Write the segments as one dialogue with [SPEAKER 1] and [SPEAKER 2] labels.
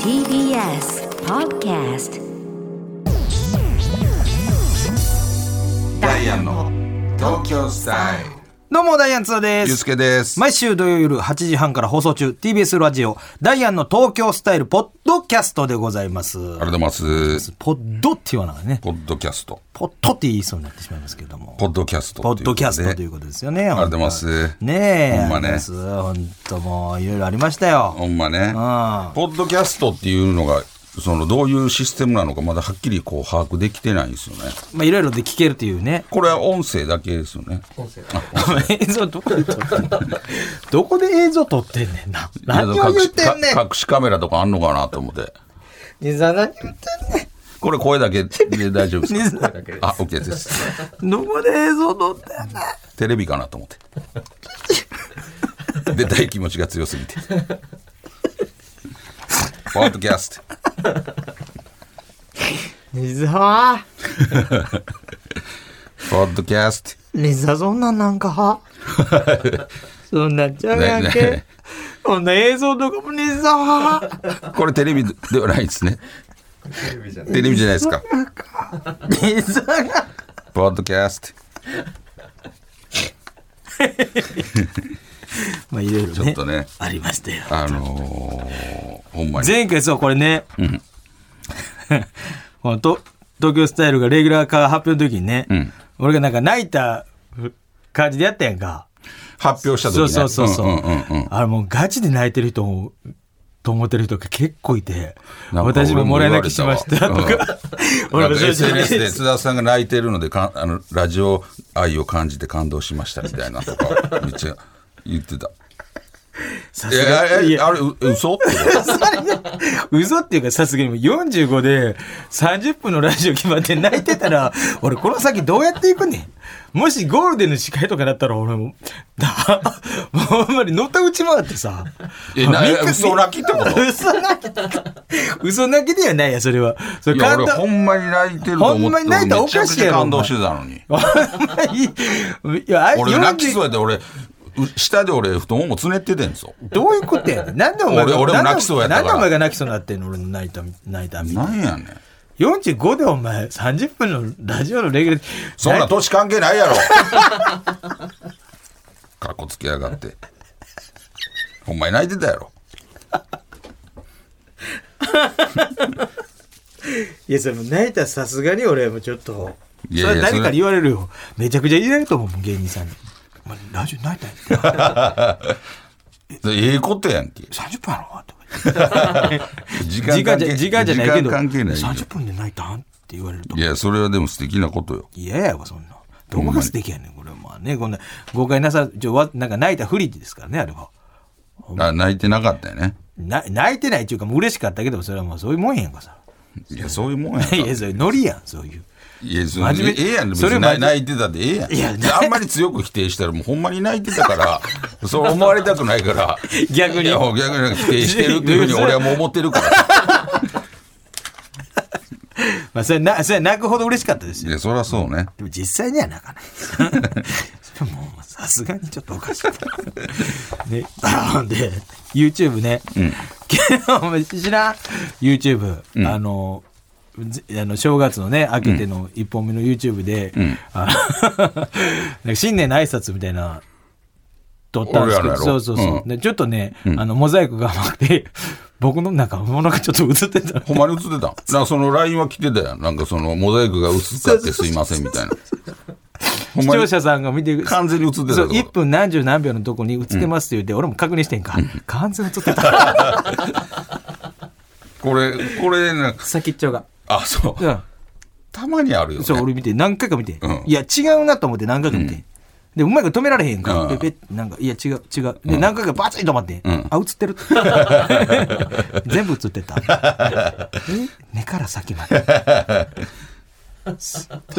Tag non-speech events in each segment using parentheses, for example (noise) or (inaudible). [SPEAKER 1] TBS Podcast
[SPEAKER 2] ダイアンの東京スタイル。
[SPEAKER 3] どうも、ダイアンツーで
[SPEAKER 2] ゆう
[SPEAKER 3] す
[SPEAKER 2] す。けです。
[SPEAKER 3] 毎週土曜夜8時半から放送中、TBS ラジオ、ダイアンの東京スタイル、ポッドキャストでございます。
[SPEAKER 2] ありがとうございます。
[SPEAKER 3] ポッドって言わないね。
[SPEAKER 2] ポッドキャスト。
[SPEAKER 3] ポッドって言いそうになってしまいますけども。
[SPEAKER 2] ポッドキャスト。
[SPEAKER 3] ポッドキャストといううことですよね。
[SPEAKER 2] りがとうございます
[SPEAKER 3] ねえ。
[SPEAKER 2] ほんまね
[SPEAKER 3] ありがとうございます本当もう、いろいろありましたよ
[SPEAKER 2] ことで。。ほんまね。
[SPEAKER 3] あ
[SPEAKER 2] ポッドキャストっていうのが、その、どういうシステムなのか、まだはっきりこう、把握できてないんですよね。
[SPEAKER 3] まあ、いろいろで聞けるという (laughs) ね。
[SPEAKER 2] これは音声だけですよね。
[SPEAKER 3] 映像どこで撮ってんのどこで映像撮ってんねんな。何を
[SPEAKER 2] 隠
[SPEAKER 3] 言っ
[SPEAKER 2] して
[SPEAKER 3] んねん
[SPEAKER 2] か。隠しカメラとかあんのかなと思って。
[SPEAKER 3] 西澤何言ってんねん。
[SPEAKER 2] これ声だけで大丈夫
[SPEAKER 3] (laughs)
[SPEAKER 2] です
[SPEAKER 3] 水
[SPEAKER 2] か
[SPEAKER 3] だ
[SPEAKER 2] あ、OK です。
[SPEAKER 3] どこで映像撮ってんねん。
[SPEAKER 2] テレビかなと思
[SPEAKER 3] (laughs)
[SPEAKER 2] って。出たい気持ちが強すぎて。ポッドキャスト。
[SPEAKER 3] 西澤
[SPEAKER 2] ポッドキャスト。
[SPEAKER 3] 西澤そんなんなんか
[SPEAKER 2] (laughs)
[SPEAKER 3] はそんなんちゃうやん
[SPEAKER 2] ねね
[SPEAKER 3] け。こんな映像とかも西澤は
[SPEAKER 2] これテレビではないですね。テレビじゃないですか。
[SPEAKER 3] 西澤が
[SPEAKER 2] ポッドキャス
[SPEAKER 3] まあいろいろ
[SPEAKER 2] ト。ちょっ
[SPEAKER 3] ね
[SPEAKER 2] とね、
[SPEAKER 3] ありましたよ。
[SPEAKER 2] あのー、ほんまに。
[SPEAKER 3] 前回そうこれね、 (laughs) このと東京スタイルがレギュラー化発表の時にね、
[SPEAKER 2] うん
[SPEAKER 3] 俺がなんか泣いた感じでやったやんか。
[SPEAKER 2] 発表した時
[SPEAKER 3] そう
[SPEAKER 2] ね。
[SPEAKER 3] そうそうそう。
[SPEAKER 2] んうんうんうん
[SPEAKER 3] あれもうガチで泣いてる人も、と思ってる人が結構いて、
[SPEAKER 2] なんか
[SPEAKER 3] 私ももらい泣きしました
[SPEAKER 2] 俺
[SPEAKER 3] と
[SPEAKER 2] も言われた
[SPEAKER 3] か、俺も正直
[SPEAKER 2] SNS で津田さんが泣いてるのでかあのラジオ愛を感じて感動しましたみたいなとかめっちゃ言ってた。
[SPEAKER 3] さ
[SPEAKER 2] い
[SPEAKER 3] す
[SPEAKER 2] やあ
[SPEAKER 3] がにい
[SPEAKER 2] れ
[SPEAKER 3] や
[SPEAKER 2] あれう嘘って
[SPEAKER 3] (laughs) 嘘っていうかさすがにもう45で30分のラジオ決まって泣いてたら、 (laughs) 俺この先どうやっていくねん。もしゴールデンの司会とかだったら俺も、だ、 (laughs) もうほんまに乗った打ち回ってさ。
[SPEAKER 2] えな
[SPEAKER 3] ミックス
[SPEAKER 2] 嘘泣きってこと
[SPEAKER 3] 嘘泣きってこと嘘泣きではないや、それは。それ
[SPEAKER 2] いや
[SPEAKER 3] 簡
[SPEAKER 2] 俺ほ
[SPEAKER 3] 単。
[SPEAKER 2] んまに泣いてると思って
[SPEAKER 3] ほんまに泣いたらおかしい
[SPEAKER 2] 俺めちゃ
[SPEAKER 3] やろ
[SPEAKER 2] くちゃ感動してたのに。
[SPEAKER 3] ほんまにいや、あれ
[SPEAKER 2] 俺泣きそう
[SPEAKER 3] 40
[SPEAKER 2] やで俺う下で俺布団もつねっててんぞ。
[SPEAKER 3] どういうことやねん。なんでお前が、
[SPEAKER 2] 俺俺も泣きそうやったから
[SPEAKER 3] なんでお前が泣きそうになってんの俺の泣いた、泣いたみたいな。
[SPEAKER 2] なんやねん。
[SPEAKER 3] 45でお前30分のラジオのレギュラー
[SPEAKER 2] そんな
[SPEAKER 3] 泣い
[SPEAKER 2] 年関係ないやろ。 (laughs) かっこつけやがって。ほんまに泣いてたやろ。
[SPEAKER 3] いやそれもう泣いたらさすがに俺もちょっと
[SPEAKER 2] いやいや
[SPEAKER 3] それ誰か
[SPEAKER 2] それ
[SPEAKER 3] に言われるよめちゃくちゃ言われると思うもん芸人さんに「お前ラジオ泣いたんや
[SPEAKER 2] (laughs) ええことやんけ。
[SPEAKER 3] 30分やろ?」とか言って
[SPEAKER 2] 時
[SPEAKER 3] 時間じゃ時間じゃないけ
[SPEAKER 2] 時
[SPEAKER 3] ど
[SPEAKER 2] 間関係ないよ
[SPEAKER 3] 30分で泣いたんって言われると
[SPEAKER 2] いや、それはでも素敵なことよ。
[SPEAKER 3] 嫌ややわそんなどこが素敵やねんこれまあねこんな誤解なさちょわなんか泣いたふりですからねあれは
[SPEAKER 2] あ泣いてなかったよね。
[SPEAKER 3] な泣いてないっていうかもう嬉しかったけどそれはもうそういうもんやんかさ
[SPEAKER 2] いや、そういうもんやんか。
[SPEAKER 3] い
[SPEAKER 2] い
[SPEAKER 3] やそれノリやんそういう
[SPEAKER 2] や、その
[SPEAKER 3] 真面目
[SPEAKER 2] ええやん。別
[SPEAKER 3] それ
[SPEAKER 2] に
[SPEAKER 3] 真面目
[SPEAKER 2] 泣いてたでええやん。
[SPEAKER 3] いや
[SPEAKER 2] であんまり強く否定したら、もうほんまに泣いてたから、 (laughs) そう思われたくないから、
[SPEAKER 3] (laughs) 逆
[SPEAKER 2] い
[SPEAKER 3] に
[SPEAKER 2] や、逆になんか否定してるっていうふうに俺はもう思ってる
[SPEAKER 3] (laughs)
[SPEAKER 2] から。
[SPEAKER 3] まあ、それな、それ泣くほど嬉しかったです
[SPEAKER 2] い
[SPEAKER 3] よ。
[SPEAKER 2] や、そりゃそうね。
[SPEAKER 3] でも実際には泣かない。それもう、さすがにちょっとおかしい。ね、あので、YouTube ね。昨日お前知らん ?YouTube、あの、ぜあの正月のね明けての一本目の YouTube で、あのなんか新年の挨拶みたいな撮ったんですけ
[SPEAKER 2] 俺らの
[SPEAKER 3] ど
[SPEAKER 2] やろ
[SPEAKER 3] そうそうそう、
[SPEAKER 2] うん
[SPEAKER 3] でちょっとね、あのモザイクが甘くて僕のなんかものがちょっと映ってた
[SPEAKER 2] ほんまに映ってたんなんかその LINE は来てたやん。なんかそのモザイクが薄かってすいませんみたいな。ほん
[SPEAKER 3] (laughs) 視
[SPEAKER 2] ま
[SPEAKER 3] 聴
[SPEAKER 2] に
[SPEAKER 3] 者さんが見て
[SPEAKER 2] 完全に映ってたって
[SPEAKER 3] そう
[SPEAKER 2] こと
[SPEAKER 3] 1分何十何秒のとこに映ってますって言って、俺も確認してんか、完全に映ってた
[SPEAKER 2] (laughs) これ、これなんか、
[SPEAKER 3] 先っちょが、
[SPEAKER 2] あ、そうう。
[SPEAKER 3] ん、
[SPEAKER 2] たまにあるよね。
[SPEAKER 3] そう俺見て何回か見て、
[SPEAKER 2] うん
[SPEAKER 3] いや違うなと思って何回か見て、でうまいこと止められへんから、
[SPEAKER 2] うん
[SPEAKER 3] ペペッなんかいや違う違うで、何回かバチン止まって、
[SPEAKER 2] ん
[SPEAKER 3] あ映っ
[SPEAKER 2] (laughs)
[SPEAKER 3] てる全部映ってた
[SPEAKER 2] (laughs)
[SPEAKER 3] え根から先まで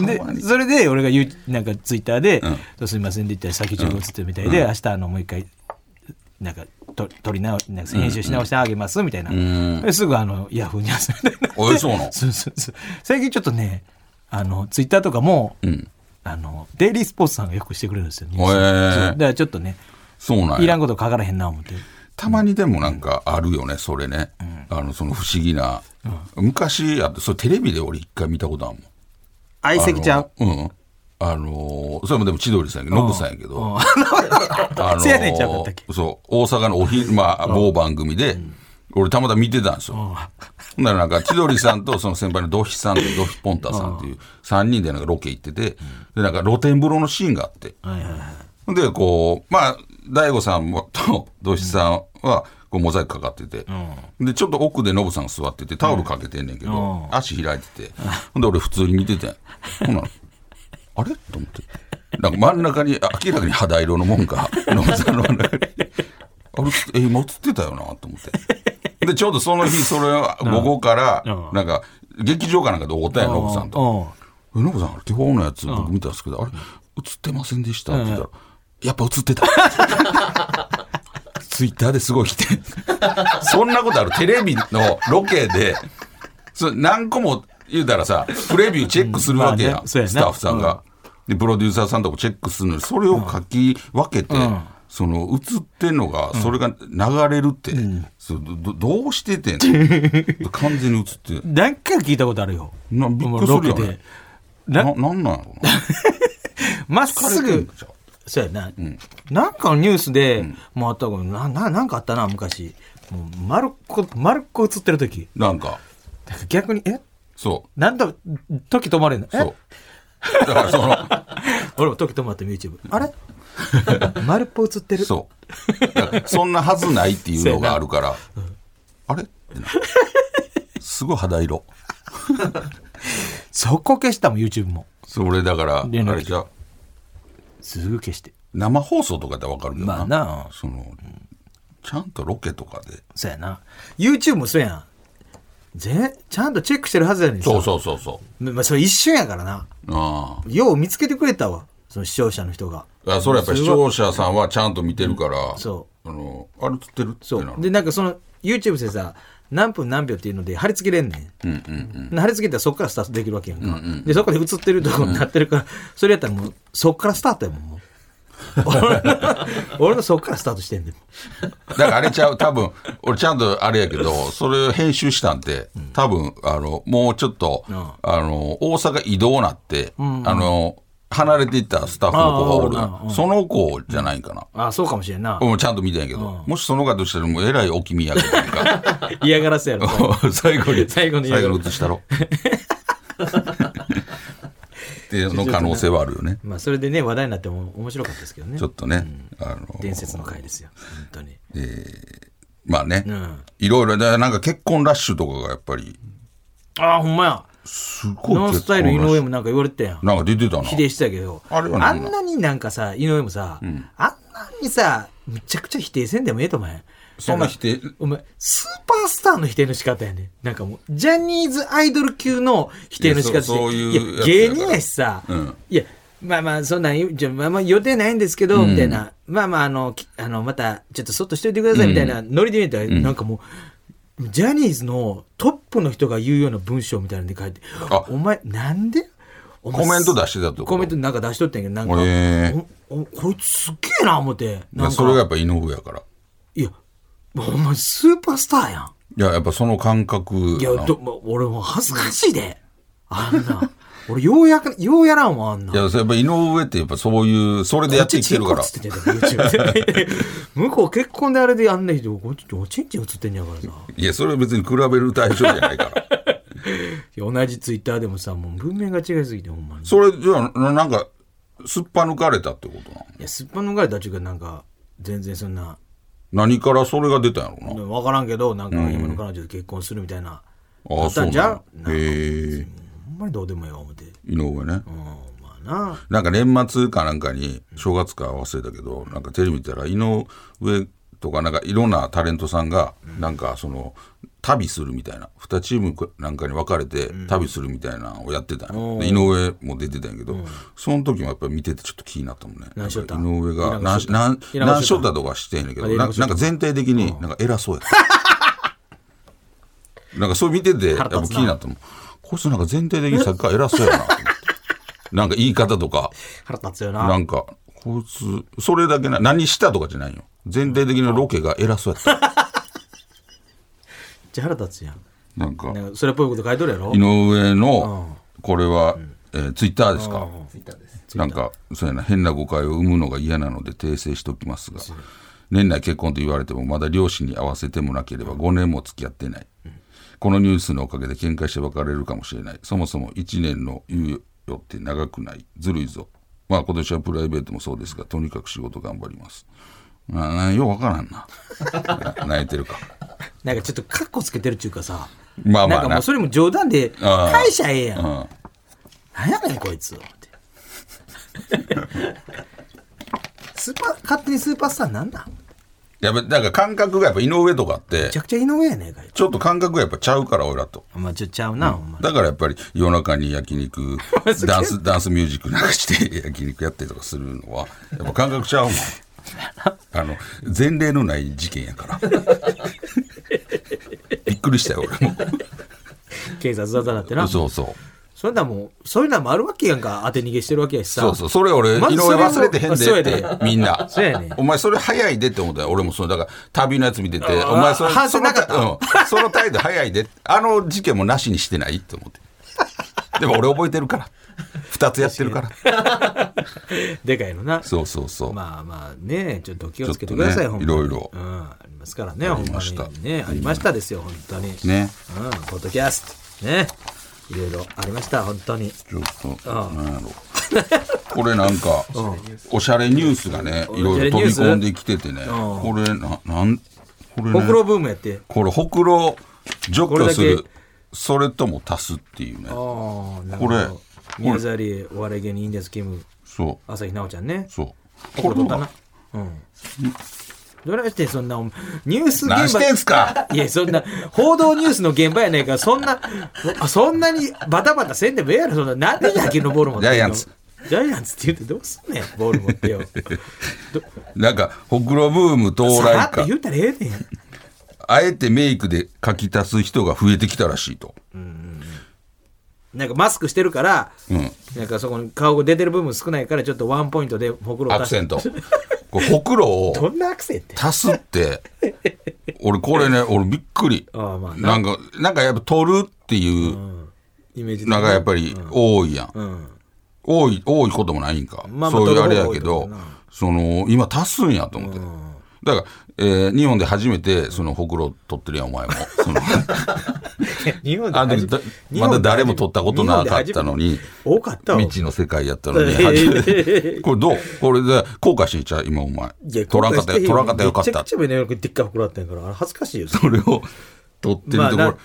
[SPEAKER 3] で
[SPEAKER 2] たまに
[SPEAKER 3] それで俺が言うなんかツイッターで「すいません」って言ったら先中が映ってるみたいで、明日あのもう一回なんかと撮り直なんか編集し直してあげますみたいな、ですぐあのヤフーニュースみたいな
[SPEAKER 2] おいそうなの
[SPEAKER 3] (laughs) そうそうそう最近ちょっとねあのツイッターとかも、
[SPEAKER 2] ん
[SPEAKER 3] あのデイリースポーツさんがよくしてくれるんですよ、ニュース
[SPEAKER 2] へー
[SPEAKER 3] そうだからちょっとね
[SPEAKER 2] そうなん
[SPEAKER 3] いら
[SPEAKER 2] や。
[SPEAKER 3] んこと書からへんな思って
[SPEAKER 2] たまにでもなんかあるよね、それね。あの、その不思議な。昔やって、それテレビで俺一回見たことあるもん。
[SPEAKER 3] 相席ちゃん。
[SPEAKER 2] あのうん。あのーそれもでも千鳥さんやけど、ノブさんや
[SPEAKER 3] (laughs)
[SPEAKER 2] けど。あのー
[SPEAKER 3] せやねんちゃうかったっけ
[SPEAKER 2] そう、大阪のお昼、まあ、某番組で、俺たまたま見てたんですよ。ほんならなんか、千鳥さんとその先輩のドヒさんとドヒポンタさんっていう3人でなんかロケ行ってて、で、なんか露天風呂のシーンがあって。
[SPEAKER 3] はいはいはい。
[SPEAKER 2] ほんで、こう、まあ、大悟さんもとドヒさんは、こうモザイクかかってて、で、ちょっと奥でノブさんが座ってて、タオルかけてんねんけど、
[SPEAKER 3] うん
[SPEAKER 2] 足開いてて、ほんで俺普通に見ててん。ほんならあれと思って。なんか真ん中に、あ明らかに肌色のもん
[SPEAKER 3] (laughs)
[SPEAKER 2] が、ノブさんの真ん中に。あれ、え、今映ってたよなと思って。で、ちょうどその日、それは午後から
[SPEAKER 3] う、ん
[SPEAKER 2] なんか、劇場かなんかでおったんやん、ノブさんと。
[SPEAKER 3] うん。
[SPEAKER 2] えノブさん、あれ基本のやつ僕見たんですけど、あれ、映ってませんでしたって言ったら、やっぱ映ってた。 (laughs) ツイッターですごい来て。 (laughs) そんなことある。テレビのロケで、それ何個も言うたらさ、プレビューチェックするわけやん、
[SPEAKER 3] うんまあねそうやな
[SPEAKER 2] スタッフさんが。で、プロデューサーさんとかチェックするのに、それを書き分けて、
[SPEAKER 3] ん
[SPEAKER 2] その映ってんのが、それが流れるって、そうどどうしててん
[SPEAKER 3] (laughs)
[SPEAKER 2] の完全に映って
[SPEAKER 3] 何回か聞いたことあるよ。
[SPEAKER 2] なびっくりするよね
[SPEAKER 3] ロケで。
[SPEAKER 2] な、
[SPEAKER 3] な
[SPEAKER 2] な、なんなんやろな。
[SPEAKER 3] まっす
[SPEAKER 2] 疲れてん
[SPEAKER 3] ぐ
[SPEAKER 2] の。じゃあ
[SPEAKER 3] そうやな。なんかのニュースで、もうあったことな、な、なんかあったな、昔。もう、丸っこ、丸っこ映ってる時。
[SPEAKER 2] なんか、
[SPEAKER 3] なんか逆に、え
[SPEAKER 2] そ
[SPEAKER 3] なんだ、時止まれんの
[SPEAKER 2] う、
[SPEAKER 3] え
[SPEAKER 2] そう。だからその、
[SPEAKER 3] 俺も時止まっても YouTube。
[SPEAKER 2] (laughs)
[SPEAKER 3] あれ丸っぽ映ってる。
[SPEAKER 2] そう。だからそんなはずないっていうのがあるから、あれってな。すごい肌色。
[SPEAKER 3] そこ消したもん、YouTube も。
[SPEAKER 2] それだから、あ
[SPEAKER 3] 連絡
[SPEAKER 2] れじゃ
[SPEAKER 3] すぐ消して。
[SPEAKER 2] 生放送とかでわかるけどな。
[SPEAKER 3] まあな
[SPEAKER 2] その、ちゃんとロケとかで。
[SPEAKER 3] そうやな。YouTube もそうやん。ぜ、ちゃんとチェックしてるはずやねん
[SPEAKER 2] そう
[SPEAKER 3] う。
[SPEAKER 2] そうそうそ
[SPEAKER 3] まあ、それ一瞬やからな。
[SPEAKER 2] う。あ
[SPEAKER 3] よう見つけてくれたわ。その視聴者の人が。
[SPEAKER 2] あ。それやっぱ視聴者さんはちゃんと見てるから、
[SPEAKER 3] そ
[SPEAKER 2] あの、あれ映ってるって
[SPEAKER 3] そ
[SPEAKER 2] な
[SPEAKER 3] う。
[SPEAKER 2] る。
[SPEAKER 3] で、なんかその、YouTube でさ、何分何秒っていうので貼り付けれんねん。
[SPEAKER 2] うんうんうん。
[SPEAKER 3] 貼り付けたらそこからスタートできるわけやんか。で、そこで映ってるとこになってるから、それやったらもう、そこからスタートやもん、もう。 (laughs) 俺の、俺のそこからスタートしてんねん。
[SPEAKER 2] だからあれちゃう、多分、俺ちゃんとあれやけど、それを編集したんで、多分、あの、もうちょっと、
[SPEAKER 3] うん
[SPEAKER 2] あの、大阪移動なって、あの、離れていったスタッフの子がおるや
[SPEAKER 3] あー
[SPEAKER 2] んその子じゃないかな。
[SPEAKER 3] ああ、そうかもしれんな。
[SPEAKER 2] もうちゃんと見たんやけど、もしその方としたらもうえらいお気味やけどなん
[SPEAKER 3] (laughs)
[SPEAKER 2] か、
[SPEAKER 3] 嫌がらせ
[SPEAKER 2] (laughs)
[SPEAKER 3] やろ。
[SPEAKER 2] 最後に、
[SPEAKER 3] 最後に嫌がる
[SPEAKER 2] 映
[SPEAKER 3] (laughs)
[SPEAKER 2] したろ。っていうの可能性はあるよね。
[SPEAKER 3] まあ、それでね、話題になっても面白かったですけどね
[SPEAKER 2] ちょ。っとね、あの、
[SPEAKER 3] 伝説の回ですよ。本当に。
[SPEAKER 2] まあね、
[SPEAKER 3] うん。
[SPEAKER 2] いろいろ、だからなんか結婚ラッシュとかがやっぱり、
[SPEAKER 3] ああ、ほんまや。
[SPEAKER 2] すごい
[SPEAKER 3] ノンス
[SPEAKER 2] 結
[SPEAKER 3] タ
[SPEAKER 2] 婚
[SPEAKER 3] イ
[SPEAKER 2] ラッシ
[SPEAKER 3] ル井
[SPEAKER 2] ュ
[SPEAKER 3] 上もなんか言われてたやん。
[SPEAKER 2] なんか出てたな。
[SPEAKER 3] 比例してたけど、
[SPEAKER 2] あれは
[SPEAKER 3] あ
[SPEAKER 2] なんなん
[SPEAKER 3] んなになんかさ、井上もさ、あんなにさ、むちゃくちゃ否定せんでもええと思うやん。
[SPEAKER 2] そんな否定、
[SPEAKER 3] お前、スーパースターの否定の仕方やねん。なんかもう、ジャニーズアイドル級の否定の仕
[SPEAKER 2] い
[SPEAKER 3] 方で
[SPEAKER 2] やそうそういうやつや
[SPEAKER 3] や
[SPEAKER 2] から
[SPEAKER 3] 芸人やしさ、
[SPEAKER 2] うん
[SPEAKER 3] いや、まあまあ、そんなん、じゃあまあまあ予定ないんですけど、みたいな、まあまあ、あの、きあの、また、ちょっとそっとしといてください、みたいな、ノリで言うたら、なんかもう、ジャニーズのトップの人が言うような文章みたいなんで書いて
[SPEAKER 2] あ、
[SPEAKER 3] お前、なんでお前
[SPEAKER 2] コメント出してたってこと
[SPEAKER 3] コメントなんか出しとったんやけど、なんか、
[SPEAKER 2] へー
[SPEAKER 3] おおこいつすっげえな、思って。
[SPEAKER 2] いや
[SPEAKER 3] なんか
[SPEAKER 2] それがやっぱ井上やから。
[SPEAKER 3] いや、お前スーパースターや
[SPEAKER 2] い
[SPEAKER 3] ん。
[SPEAKER 2] や、やっぱその感覚
[SPEAKER 3] いや、
[SPEAKER 2] やな。
[SPEAKER 3] どま俺もう恥ずかしいで。あんな。 (laughs) 俺、ようやく、ようやらんわ、あんな。
[SPEAKER 2] いや、それやっぱ井上ってやっぱそういう、それでやってきてるから
[SPEAKER 3] こっ。ちチンコ映ってんねん (laughs) 向こう結婚であれでやんない人、こっちおちんちん映ってんねやからさ。
[SPEAKER 2] いや、それは別に比べる対象じゃないから。
[SPEAKER 3] (laughs) いや同じツイッターでもさ、もう文面が違いすぎて、ほんまに。
[SPEAKER 2] それじゃあ、ななんか、すっぱ抜かれたってことなの
[SPEAKER 3] いや、すっぱ抜かれたちゅうか、なんか、全然そんな、
[SPEAKER 2] 何からそれが出たんやろうな。
[SPEAKER 3] わからんけど、なんか今の彼女と結婚するみたいな。
[SPEAKER 2] あ
[SPEAKER 3] あ
[SPEAKER 2] あ、
[SPEAKER 3] っ
[SPEAKER 2] そ
[SPEAKER 3] た
[SPEAKER 2] うん
[SPEAKER 3] じゃ
[SPEAKER 2] なんのへえ、
[SPEAKER 3] ほんまにどうでもよ、思って。
[SPEAKER 2] 井上ね。
[SPEAKER 3] うん、まあな。
[SPEAKER 2] なんか年末かなんかに、正月か忘れたけど、なんかテレビ見たら、井上とか、なんかいろんなタレントさんが、なんかその、旅するみたいな、2チームなんかに分かれて、旅するみたいなのをやってたんよで井上も出てたんやけど、その時もやっぱり見ててちょっと気になったもんね。
[SPEAKER 3] 何しよった
[SPEAKER 2] なんか井上が、
[SPEAKER 3] いらん
[SPEAKER 2] 何
[SPEAKER 3] こし
[SPEAKER 2] し何
[SPEAKER 3] よったいらんこ
[SPEAKER 2] 何
[SPEAKER 3] し
[SPEAKER 2] し
[SPEAKER 3] よ
[SPEAKER 2] よっ
[SPEAKER 3] っ
[SPEAKER 2] たたとかしてんやけど、
[SPEAKER 3] あいらん
[SPEAKER 2] な
[SPEAKER 3] こし
[SPEAKER 2] な
[SPEAKER 3] よった
[SPEAKER 2] んか全体的に、なんか偉そうやった。 (laughs) なんかそれ見てて、やっ
[SPEAKER 3] 腹
[SPEAKER 2] ぱ
[SPEAKER 3] 立つ
[SPEAKER 2] 気
[SPEAKER 3] な
[SPEAKER 2] になったもん。こいつなん
[SPEAKER 3] (laughs)
[SPEAKER 2] か全体的にサッカー偉そうやなと思って。なんか言い方とか。
[SPEAKER 3] 腹立つよ
[SPEAKER 2] な
[SPEAKER 3] な。
[SPEAKER 2] んか、こ交通それだけな何したとかじゃないよ全体的なロケが偉そうや
[SPEAKER 3] (laughs)
[SPEAKER 2] った
[SPEAKER 3] じゃ腹立つやん
[SPEAKER 2] なんか
[SPEAKER 3] なんかそれっぽいこと書いとるやろ
[SPEAKER 2] 井上のこれは、えーツイッターですか
[SPEAKER 4] ツイッターです。
[SPEAKER 2] なんかそうやな変な誤解を生むのが嫌なので訂正しておきますが年内結婚と言われてもまだ両親に合わせてもなければ5年も付き合ってない、このニュースのおかげで喧嘩して別れるかもしれないそもそも1年の猶予って長くないずるいぞまあ今年はプライベートもそうですがとにかく仕事頑張りますああようわからんなな (laughs) 泣いてるか
[SPEAKER 3] なんかちょっとカッコつけてるっていうかさ
[SPEAKER 2] まあまあな
[SPEAKER 3] なんかもうそれも冗談で
[SPEAKER 2] ああ
[SPEAKER 3] 返しゃええやん
[SPEAKER 2] うん
[SPEAKER 3] なんやねんこいつ思ってスーパー勝手にスーパースターなんだ
[SPEAKER 2] やっぱなんか感覚がやっぱ井上とかって
[SPEAKER 3] めちゃくちゃ井上やねんかい
[SPEAKER 2] ちょっと感覚がやっぱちゃうから俺らと
[SPEAKER 3] まあちょっとちゃうな、お前
[SPEAKER 2] だからやっぱり夜中に焼
[SPEAKER 3] (laughs)
[SPEAKER 2] 肉ダンスダンスミュージック流して焼肉やってとかするのはやっぱ感覚ちゃ
[SPEAKER 3] (laughs)
[SPEAKER 2] うもんあの前例のない事件や
[SPEAKER 3] (laughs)
[SPEAKER 2] からびっくりしたよ俺も
[SPEAKER 3] 警察だったらってな
[SPEAKER 2] そうそう
[SPEAKER 3] それだもうそういうのもあるわけやんか当て逃げしてるわけやしさ
[SPEAKER 2] そうそうそれ俺井
[SPEAKER 3] ま
[SPEAKER 2] 上
[SPEAKER 3] ずそれを
[SPEAKER 2] 忘れてへん
[SPEAKER 3] そう
[SPEAKER 2] で
[SPEAKER 3] や
[SPEAKER 2] っ
[SPEAKER 3] で
[SPEAKER 2] てみんな
[SPEAKER 3] そうやね
[SPEAKER 2] お前それ早いでって思ったよ俺もそのだから旅のやつ見てて
[SPEAKER 3] あー
[SPEAKER 2] お前それ
[SPEAKER 3] 反
[SPEAKER 2] そ
[SPEAKER 3] 省
[SPEAKER 2] の
[SPEAKER 3] なかった
[SPEAKER 2] うんその態度早いであの事件もなしにしてないと思ってでも俺覚えてるから2つやってるから
[SPEAKER 3] でかいのな
[SPEAKER 2] そうそうそう、
[SPEAKER 3] まあまあねちょっと気をつけてください、
[SPEAKER 2] ちょっとね
[SPEAKER 3] ほんまに
[SPEAKER 2] いろいろ
[SPEAKER 3] うん、ありますからね
[SPEAKER 2] あ
[SPEAKER 3] ほん
[SPEAKER 2] り
[SPEAKER 3] ま
[SPEAKER 2] ました
[SPEAKER 3] にねありましたですよ本当に
[SPEAKER 2] ね
[SPEAKER 3] うんポッドキャストねいろいろありました本当に
[SPEAKER 2] ちょっと、なんやろ。これなんか、おしゃれニュースがね、いろいろ飛び込んできててね。これ、な、なん、これ、
[SPEAKER 3] ほく
[SPEAKER 2] ね、
[SPEAKER 3] ろブームやって
[SPEAKER 2] これ、ほくろ除去す
[SPEAKER 3] これだ
[SPEAKER 2] る
[SPEAKER 3] け、
[SPEAKER 2] それとも足すっていうね。
[SPEAKER 3] ああ
[SPEAKER 2] これ
[SPEAKER 3] 宮沢りえお笑い芸人インディアンスキム
[SPEAKER 2] そ
[SPEAKER 3] 朝日奈央ちゃんね
[SPEAKER 2] う、そう。こ
[SPEAKER 3] こ
[SPEAKER 2] れ
[SPEAKER 3] れど
[SPEAKER 2] と
[SPEAKER 3] うかな
[SPEAKER 2] か、
[SPEAKER 3] うんどないしてそんなお前ニュース現場
[SPEAKER 2] 何してんすか
[SPEAKER 3] いやそんな報道ニュースの現場やねんからそんなあそんなにバタバタせんでもええやろそんななんで野球のボール持ってんの
[SPEAKER 2] ジャイアンツ
[SPEAKER 3] ジャイアンツって言ってどうすんねんボール持ってよ
[SPEAKER 2] (laughs) なんか、ほくろブーム到
[SPEAKER 3] さ
[SPEAKER 2] 来
[SPEAKER 3] らっと
[SPEAKER 2] か。
[SPEAKER 3] 言うたらええねん
[SPEAKER 2] あえてメイクで書き足す人が増えてきたらしいと。
[SPEAKER 3] なんかマスクしてるから、
[SPEAKER 2] うん。
[SPEAKER 3] なんかそこに顔が出てる部分少ないからちょっとワンポイントでほくろを
[SPEAKER 2] ア
[SPEAKER 3] 出
[SPEAKER 2] ク
[SPEAKER 3] し
[SPEAKER 2] セント。これほくろを、
[SPEAKER 3] どんなアクセントや
[SPEAKER 2] 足すって、俺これね、俺びっくり。
[SPEAKER 3] ああまあな
[SPEAKER 2] なんか、なんかやっぱ取るっていう
[SPEAKER 3] イメージ的に
[SPEAKER 2] のがやっぱり多いやん。
[SPEAKER 3] うん
[SPEAKER 2] 多い、多いこともないんか。
[SPEAKER 3] まあまあ
[SPEAKER 2] そういうあれや
[SPEAKER 3] 取
[SPEAKER 2] け
[SPEAKER 3] る方が多い
[SPEAKER 2] ど
[SPEAKER 3] と思うな、
[SPEAKER 2] その、今足すんやと思って。だから、えー日本で初めて、その、ほくろ取ってるやん、お前も。そ
[SPEAKER 3] (laughs)
[SPEAKER 2] の
[SPEAKER 3] 日本
[SPEAKER 2] (laughs)
[SPEAKER 3] で
[SPEAKER 2] あの
[SPEAKER 3] 初
[SPEAKER 2] 時
[SPEAKER 3] め
[SPEAKER 2] だまだ誰も取ったことなかっ
[SPEAKER 3] 日
[SPEAKER 2] た
[SPEAKER 3] 本で初め
[SPEAKER 2] のに、
[SPEAKER 3] 多かったわ
[SPEAKER 2] 未知の世界やったのに、
[SPEAKER 3] ええ
[SPEAKER 2] 初めて (laughs) これどうこれで、後悔していちゃう、今お前
[SPEAKER 3] いや。
[SPEAKER 2] 取らんかったよ、取らんかったよ、よかっ
[SPEAKER 3] めちゃ
[SPEAKER 2] た
[SPEAKER 3] く。ちゃ目の横にでっかい袋あったんやから、あれ恥ずかし
[SPEAKER 2] (laughs)
[SPEAKER 3] いよ。
[SPEAKER 2] それを取ってるとこ
[SPEAKER 3] まあ
[SPEAKER 2] ろ
[SPEAKER 3] な、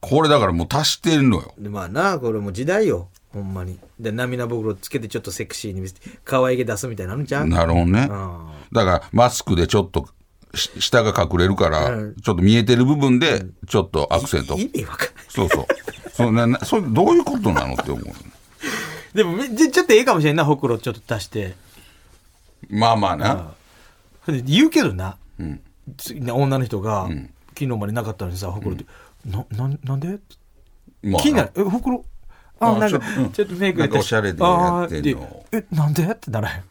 [SPEAKER 2] これだからもう足してるのよ。
[SPEAKER 3] でまあなあ、これもう時代よ。ほんまに。で、涙袋つけてちょっとセクシーに見せて、可愛げ出すみたいなのじゃん。
[SPEAKER 2] なるほどね
[SPEAKER 3] うん。
[SPEAKER 2] だから、マスクでちょっとし、下が隠れるから、
[SPEAKER 3] うん
[SPEAKER 2] ちょっと見えてる部分で、ちょっとアクセント。
[SPEAKER 3] 意味わかんない。
[SPEAKER 2] そうそう。そうななそれどういうことなのって思う。
[SPEAKER 3] でもめ、じゃちょっとええかもしれんな、ほくろちょっと足して。
[SPEAKER 2] まあまあな。
[SPEAKER 3] で言うけどな、つ女の人が、昨日までなかったのにさ、ほくろって、な、な、なんで
[SPEAKER 2] まあ、
[SPEAKER 3] 気になる。え、ほくろ。あ、
[SPEAKER 2] あ
[SPEAKER 3] なんか
[SPEAKER 2] ちょっとうん、
[SPEAKER 3] ちょっとメイク
[SPEAKER 2] なんか
[SPEAKER 3] やって
[SPEAKER 2] おしゃれでやってんの
[SPEAKER 3] あーでえ、なんでってならへ
[SPEAKER 2] (laughs)
[SPEAKER 3] ん。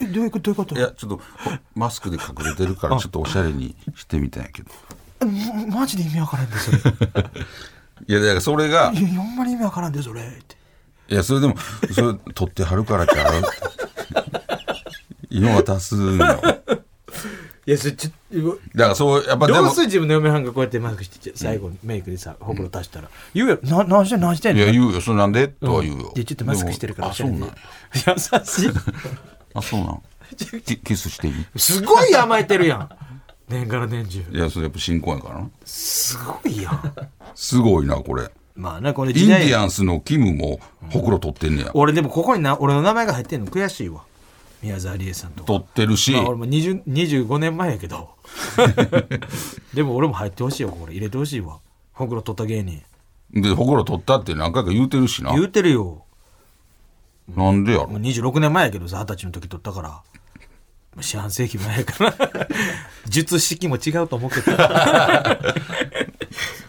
[SPEAKER 3] え、どういうことどういうこと
[SPEAKER 2] いや、ちょっと、マスクで隠れてるから、ちょっとおしゃれにしてみたんやけど。
[SPEAKER 3] えまマジで意味わからんでそれい
[SPEAKER 2] いや、だからそれが、
[SPEAKER 3] やほんまに意味わからんでそれって
[SPEAKER 2] いや、それでも、それ取ってはるからちゃう。今渡すの。だか
[SPEAKER 3] いやそれちょど
[SPEAKER 2] らそう、やっぱで
[SPEAKER 3] う
[SPEAKER 2] も
[SPEAKER 3] す、る自分の嫁はんがこうやってマスクして最後にメイクでさほくろ足したら言うやろな何してん何してん
[SPEAKER 2] い
[SPEAKER 3] の
[SPEAKER 2] や、言うよ、それなんでとは言うよ。
[SPEAKER 3] でちょっとマスクしてるから
[SPEAKER 2] でもあ、そうなんや
[SPEAKER 3] おしゃれで優し
[SPEAKER 2] あ、そう
[SPEAKER 3] (laughs)
[SPEAKER 2] なんキキスしていい
[SPEAKER 3] いすごい甘えてるやん (laughs) 年がら年中
[SPEAKER 2] いや、それやっぱ新婚やからな。
[SPEAKER 3] すごいやん
[SPEAKER 2] すごいな、これ。
[SPEAKER 3] まあなこれ
[SPEAKER 2] イ
[SPEAKER 3] 時
[SPEAKER 2] ン
[SPEAKER 3] 代
[SPEAKER 2] ディアンスのキムも、ほくろ取ってんねや。
[SPEAKER 3] 俺でもここにな俺の名前が入ってんの悔しいわ宮沢りえさんとか
[SPEAKER 2] 取ってるし、
[SPEAKER 3] まあ俺も20 25年前や
[SPEAKER 2] (laughs)
[SPEAKER 3] けどでも俺も入ってほしいよこれ入れてほしいわほくろ取った芸人
[SPEAKER 2] で、ほくろ取ったって何回か言うてるしな。
[SPEAKER 3] 言うてるよ
[SPEAKER 2] なんでやろ
[SPEAKER 3] もう。26年前やけどさ二十歳の時取ったからまあ四半世紀前 (laughs) やから術式も違うと思うけど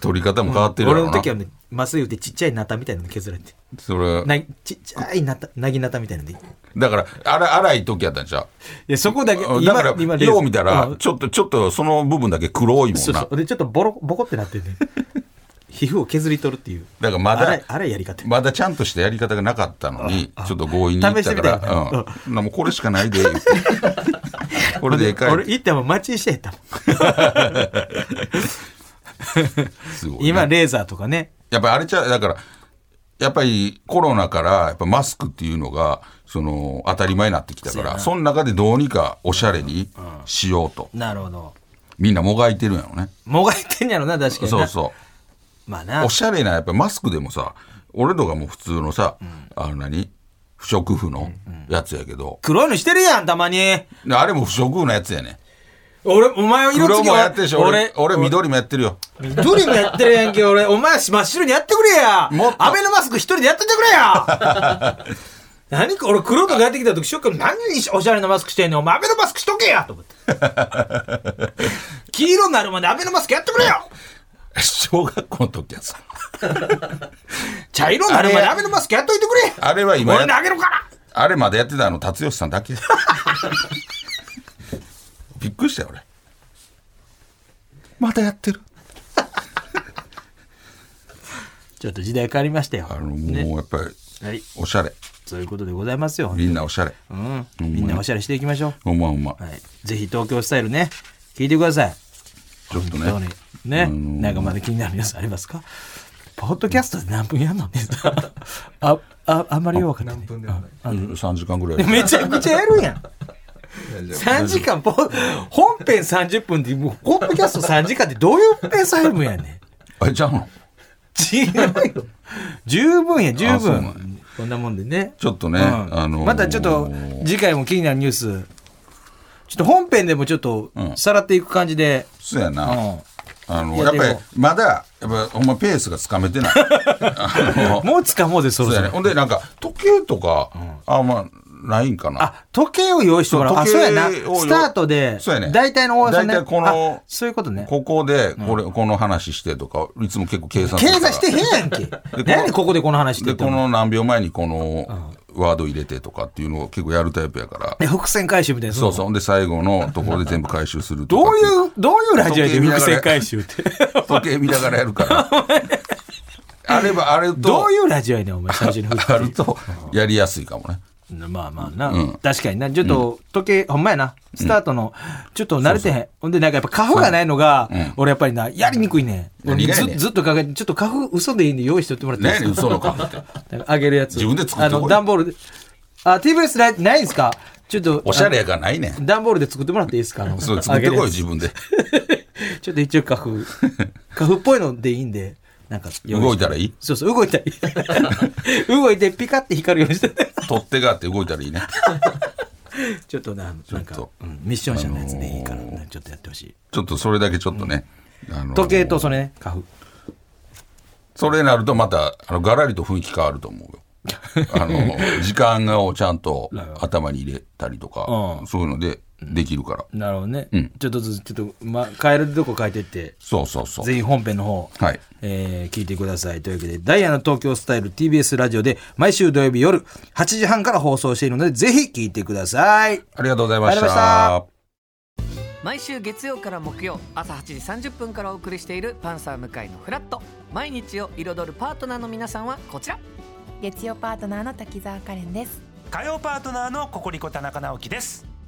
[SPEAKER 2] 取り方も変わってるや
[SPEAKER 3] 俺
[SPEAKER 2] ろう
[SPEAKER 3] の
[SPEAKER 2] な、
[SPEAKER 3] 時はね麻酔打ってちっちゃいナタみたいなの削られて
[SPEAKER 2] それ
[SPEAKER 3] なちっちゃいナタなぎナタみたいなのでい
[SPEAKER 2] だからあら荒い時やったんちゃ
[SPEAKER 3] やそこだけ
[SPEAKER 2] うだから
[SPEAKER 3] レーズン
[SPEAKER 2] よう見た
[SPEAKER 3] う
[SPEAKER 2] ら
[SPEAKER 3] ん
[SPEAKER 2] ちょっとちょっとその部分だけ黒いもん
[SPEAKER 3] そう
[SPEAKER 2] な
[SPEAKER 3] そうでちょっとボロボコってなってね皮膚を削り取るっていう
[SPEAKER 2] だからまだ
[SPEAKER 3] 荒い荒いやり方
[SPEAKER 2] まだちゃんとしたやり方がなかったのにちょっと強引にいっ
[SPEAKER 3] 試して
[SPEAKER 2] たか
[SPEAKER 3] みたよね
[SPEAKER 2] ら、うん、なもうこれしかないで
[SPEAKER 3] (laughs)
[SPEAKER 2] これでええかい
[SPEAKER 3] 俺行っても待ちしてやったもん
[SPEAKER 2] すごいね
[SPEAKER 3] 今レーザーとかね
[SPEAKER 2] やっぱりあれちゃうだからやっぱりコロナからやっぱマスクっていうのがその当たり前になってきたからその中でどうにかおしゃれにしようと
[SPEAKER 3] なるほど
[SPEAKER 2] みんなもがいてるんやろね
[SPEAKER 3] もがいてんやろな確かにな
[SPEAKER 2] そうそう
[SPEAKER 3] まあな
[SPEAKER 2] おしゃれなやっぱマスクでもさ俺とかもう普通のさ、あの何不織布のやつやけど、
[SPEAKER 3] 黒いのしてるやんたまに
[SPEAKER 2] あれも不織布のやつやね
[SPEAKER 3] 俺お前は色
[SPEAKER 2] 黒
[SPEAKER 3] 付き
[SPEAKER 2] も
[SPEAKER 3] は
[SPEAKER 2] やってるし俺俺緑もやってるよ (laughs)
[SPEAKER 3] 緑もやってるやんけ俺お前真っ白にやってくれや
[SPEAKER 2] もっと
[SPEAKER 3] アベノマスク一人でやっててくれや (laughs) 何か俺黒と帰ってきた時ショック何におしゃれなマスクしてんのお前アベノマスクしとけやと思って
[SPEAKER 2] (laughs)
[SPEAKER 3] 黄色になるまでアベノマスクやってくれよ
[SPEAKER 2] 小学校の時やさ
[SPEAKER 3] 茶色になるまでアベノマスクやっといてくれや
[SPEAKER 2] あれは今や
[SPEAKER 3] 俺投げるから
[SPEAKER 2] あれまでやってたの達吉さんだけ (laughs) びっくりしたよ俺まだやってる
[SPEAKER 3] ちょっと時代変わりましたよ
[SPEAKER 2] あのもう
[SPEAKER 3] ね
[SPEAKER 2] やっぱり
[SPEAKER 3] はい
[SPEAKER 2] おしゃれ
[SPEAKER 3] そういうことでございますよ
[SPEAKER 2] みんなおしゃれ
[SPEAKER 3] うん、みんなおしゃれしていきましょう
[SPEAKER 2] ほんまほんま、
[SPEAKER 3] はい、ぜひ東京スタイルね、聞いてください。
[SPEAKER 2] ちょっと
[SPEAKER 3] どうに
[SPEAKER 2] ね
[SPEAKER 3] ね、なんかまだ気になるニュースありますかポッドキャストで何分やんのってさあ、あ、あんまりよくわかんない。
[SPEAKER 2] 3時間ぐらい
[SPEAKER 3] めちゃくちゃやるやん。3時間ポ、本編30分で、もうポッドキャスト3時間ってどういうペース配分やねん。
[SPEAKER 2] あれちゃうの
[SPEAKER 3] 違うよ。十分や、十
[SPEAKER 2] あそうなんや
[SPEAKER 3] 分。こんなもんでね。
[SPEAKER 2] ちょっとね
[SPEAKER 3] うん
[SPEAKER 2] あのー
[SPEAKER 3] またちょっと、次回も気になるニュース、ちょっと本編でもちょっと、さらっていく感じで、
[SPEAKER 2] そうやな、
[SPEAKER 3] うん
[SPEAKER 2] あの
[SPEAKER 3] いや
[SPEAKER 2] やっぱ
[SPEAKER 3] で
[SPEAKER 2] り
[SPEAKER 3] も
[SPEAKER 2] まだやっぱほんまペースがつかめ
[SPEAKER 3] (laughs)
[SPEAKER 2] てないあの
[SPEAKER 3] もうつかもうで、
[SPEAKER 2] そ
[SPEAKER 3] そろ
[SPEAKER 2] う
[SPEAKER 3] そ
[SPEAKER 2] やね
[SPEAKER 3] ろ。
[SPEAKER 2] ほんでなんか時計とか、あんまないんかな
[SPEAKER 3] あ、時計を用意してもらう。あ、
[SPEAKER 2] 時
[SPEAKER 3] そう
[SPEAKER 2] 計
[SPEAKER 3] やな。
[SPEAKER 2] を用意
[SPEAKER 3] スタートで
[SPEAKER 2] そうや、ね
[SPEAKER 3] 大体の大
[SPEAKER 2] 大体この
[SPEAKER 3] あそういうことね。
[SPEAKER 2] ここでこれ、この話してとかいつも結構計算す
[SPEAKER 3] 経
[SPEAKER 2] るから
[SPEAKER 3] 済してへんやんけ。 (laughs) なんでここでこの話して
[SPEAKER 2] で
[SPEAKER 3] た
[SPEAKER 2] こ
[SPEAKER 3] の
[SPEAKER 2] の何秒前にこのワード入れてとかっていうのを結構やるタイプやから、
[SPEAKER 3] え伏線回収みたいな。
[SPEAKER 2] そうそうほんで最後のところで全部回収すると
[SPEAKER 3] ど
[SPEAKER 2] か
[SPEAKER 3] ういう、どういうラジオやで
[SPEAKER 2] 時計見な
[SPEAKER 3] 伏
[SPEAKER 2] がら
[SPEAKER 3] 線回収 (laughs) って。
[SPEAKER 2] 時計見ながらやる
[SPEAKER 3] (laughs)
[SPEAKER 2] からあればあれと
[SPEAKER 3] どういうラジオやねん、お前、最初に伏線
[SPEAKER 2] あるとやりやすいかもね
[SPEAKER 3] (laughs) まあまあな、確かになちょっと時計、ほんまやなスタートの、ちょっと慣れてへんほんでなんかやっぱカフがないのが、俺やっぱりなやりにくいねん俺
[SPEAKER 2] 何がやねん
[SPEAKER 3] ずずっと考えてちょっとカフ嘘でいいんで用意しておってもらっていい
[SPEAKER 2] 何
[SPEAKER 3] で
[SPEAKER 2] や
[SPEAKER 3] す
[SPEAKER 2] ねん嘘の顔って
[SPEAKER 3] なんかあげるやつ
[SPEAKER 2] 自分で作ってこい
[SPEAKER 3] あの段ボールであ TBS ないないんすかちょっと
[SPEAKER 2] おしゃれやからないね
[SPEAKER 3] あの
[SPEAKER 2] ん
[SPEAKER 3] 段ボールで作ってもらっていいですかあ
[SPEAKER 2] (laughs)
[SPEAKER 3] の
[SPEAKER 2] そう作ってこいよ
[SPEAKER 3] あげるや
[SPEAKER 2] 自分で
[SPEAKER 3] つ (laughs) ちょっと一応
[SPEAKER 2] (laughs)
[SPEAKER 3] カフカフっぽいのでいいんでなんか用意して
[SPEAKER 2] 動いたらいい
[SPEAKER 3] そうそう動いたらい
[SPEAKER 2] (laughs)
[SPEAKER 3] い動いてピカって光るようにして (laughs)
[SPEAKER 2] 取っ手があって動いたらいいね
[SPEAKER 3] ちょっとな、なん
[SPEAKER 2] ちょ
[SPEAKER 3] か
[SPEAKER 2] っと、
[SPEAKER 3] うんミッション社のやつでいいから、なんかちょっとやってほしい。
[SPEAKER 2] ちょっとそれだけちょっとね、あの
[SPEAKER 3] 時計とそれね、カフ。
[SPEAKER 2] それになるとまたあのガラリと雰囲気変わると思うよ
[SPEAKER 3] (laughs)
[SPEAKER 2] あの時間をちゃんと頭に入れたりとか、
[SPEAKER 3] うん
[SPEAKER 2] そういうのでできるから、
[SPEAKER 3] なるほどね
[SPEAKER 2] うん。
[SPEAKER 3] ちょっとずつ、ちょっと、ま、変えるとこ変えてって、
[SPEAKER 2] そうそうそう
[SPEAKER 3] ぜひ本編の方、
[SPEAKER 2] はい
[SPEAKER 3] えー聞いてください。というわけで、ダイヤの東京スタイル TBS ラジオで、毎週土曜日夜8時半から放送しているので、ぜひ聞いてください。
[SPEAKER 2] ありがとうございまし
[SPEAKER 3] ありがとうございま
[SPEAKER 2] た
[SPEAKER 3] した
[SPEAKER 4] 毎週月曜から木曜朝8時30分からお送りしている「パンサー向井のフラット」毎日を彩るパートナーの皆さんはこちら
[SPEAKER 5] 月曜パートナーの滝沢カレンです
[SPEAKER 6] 火曜パートナーのココリコ田中直樹です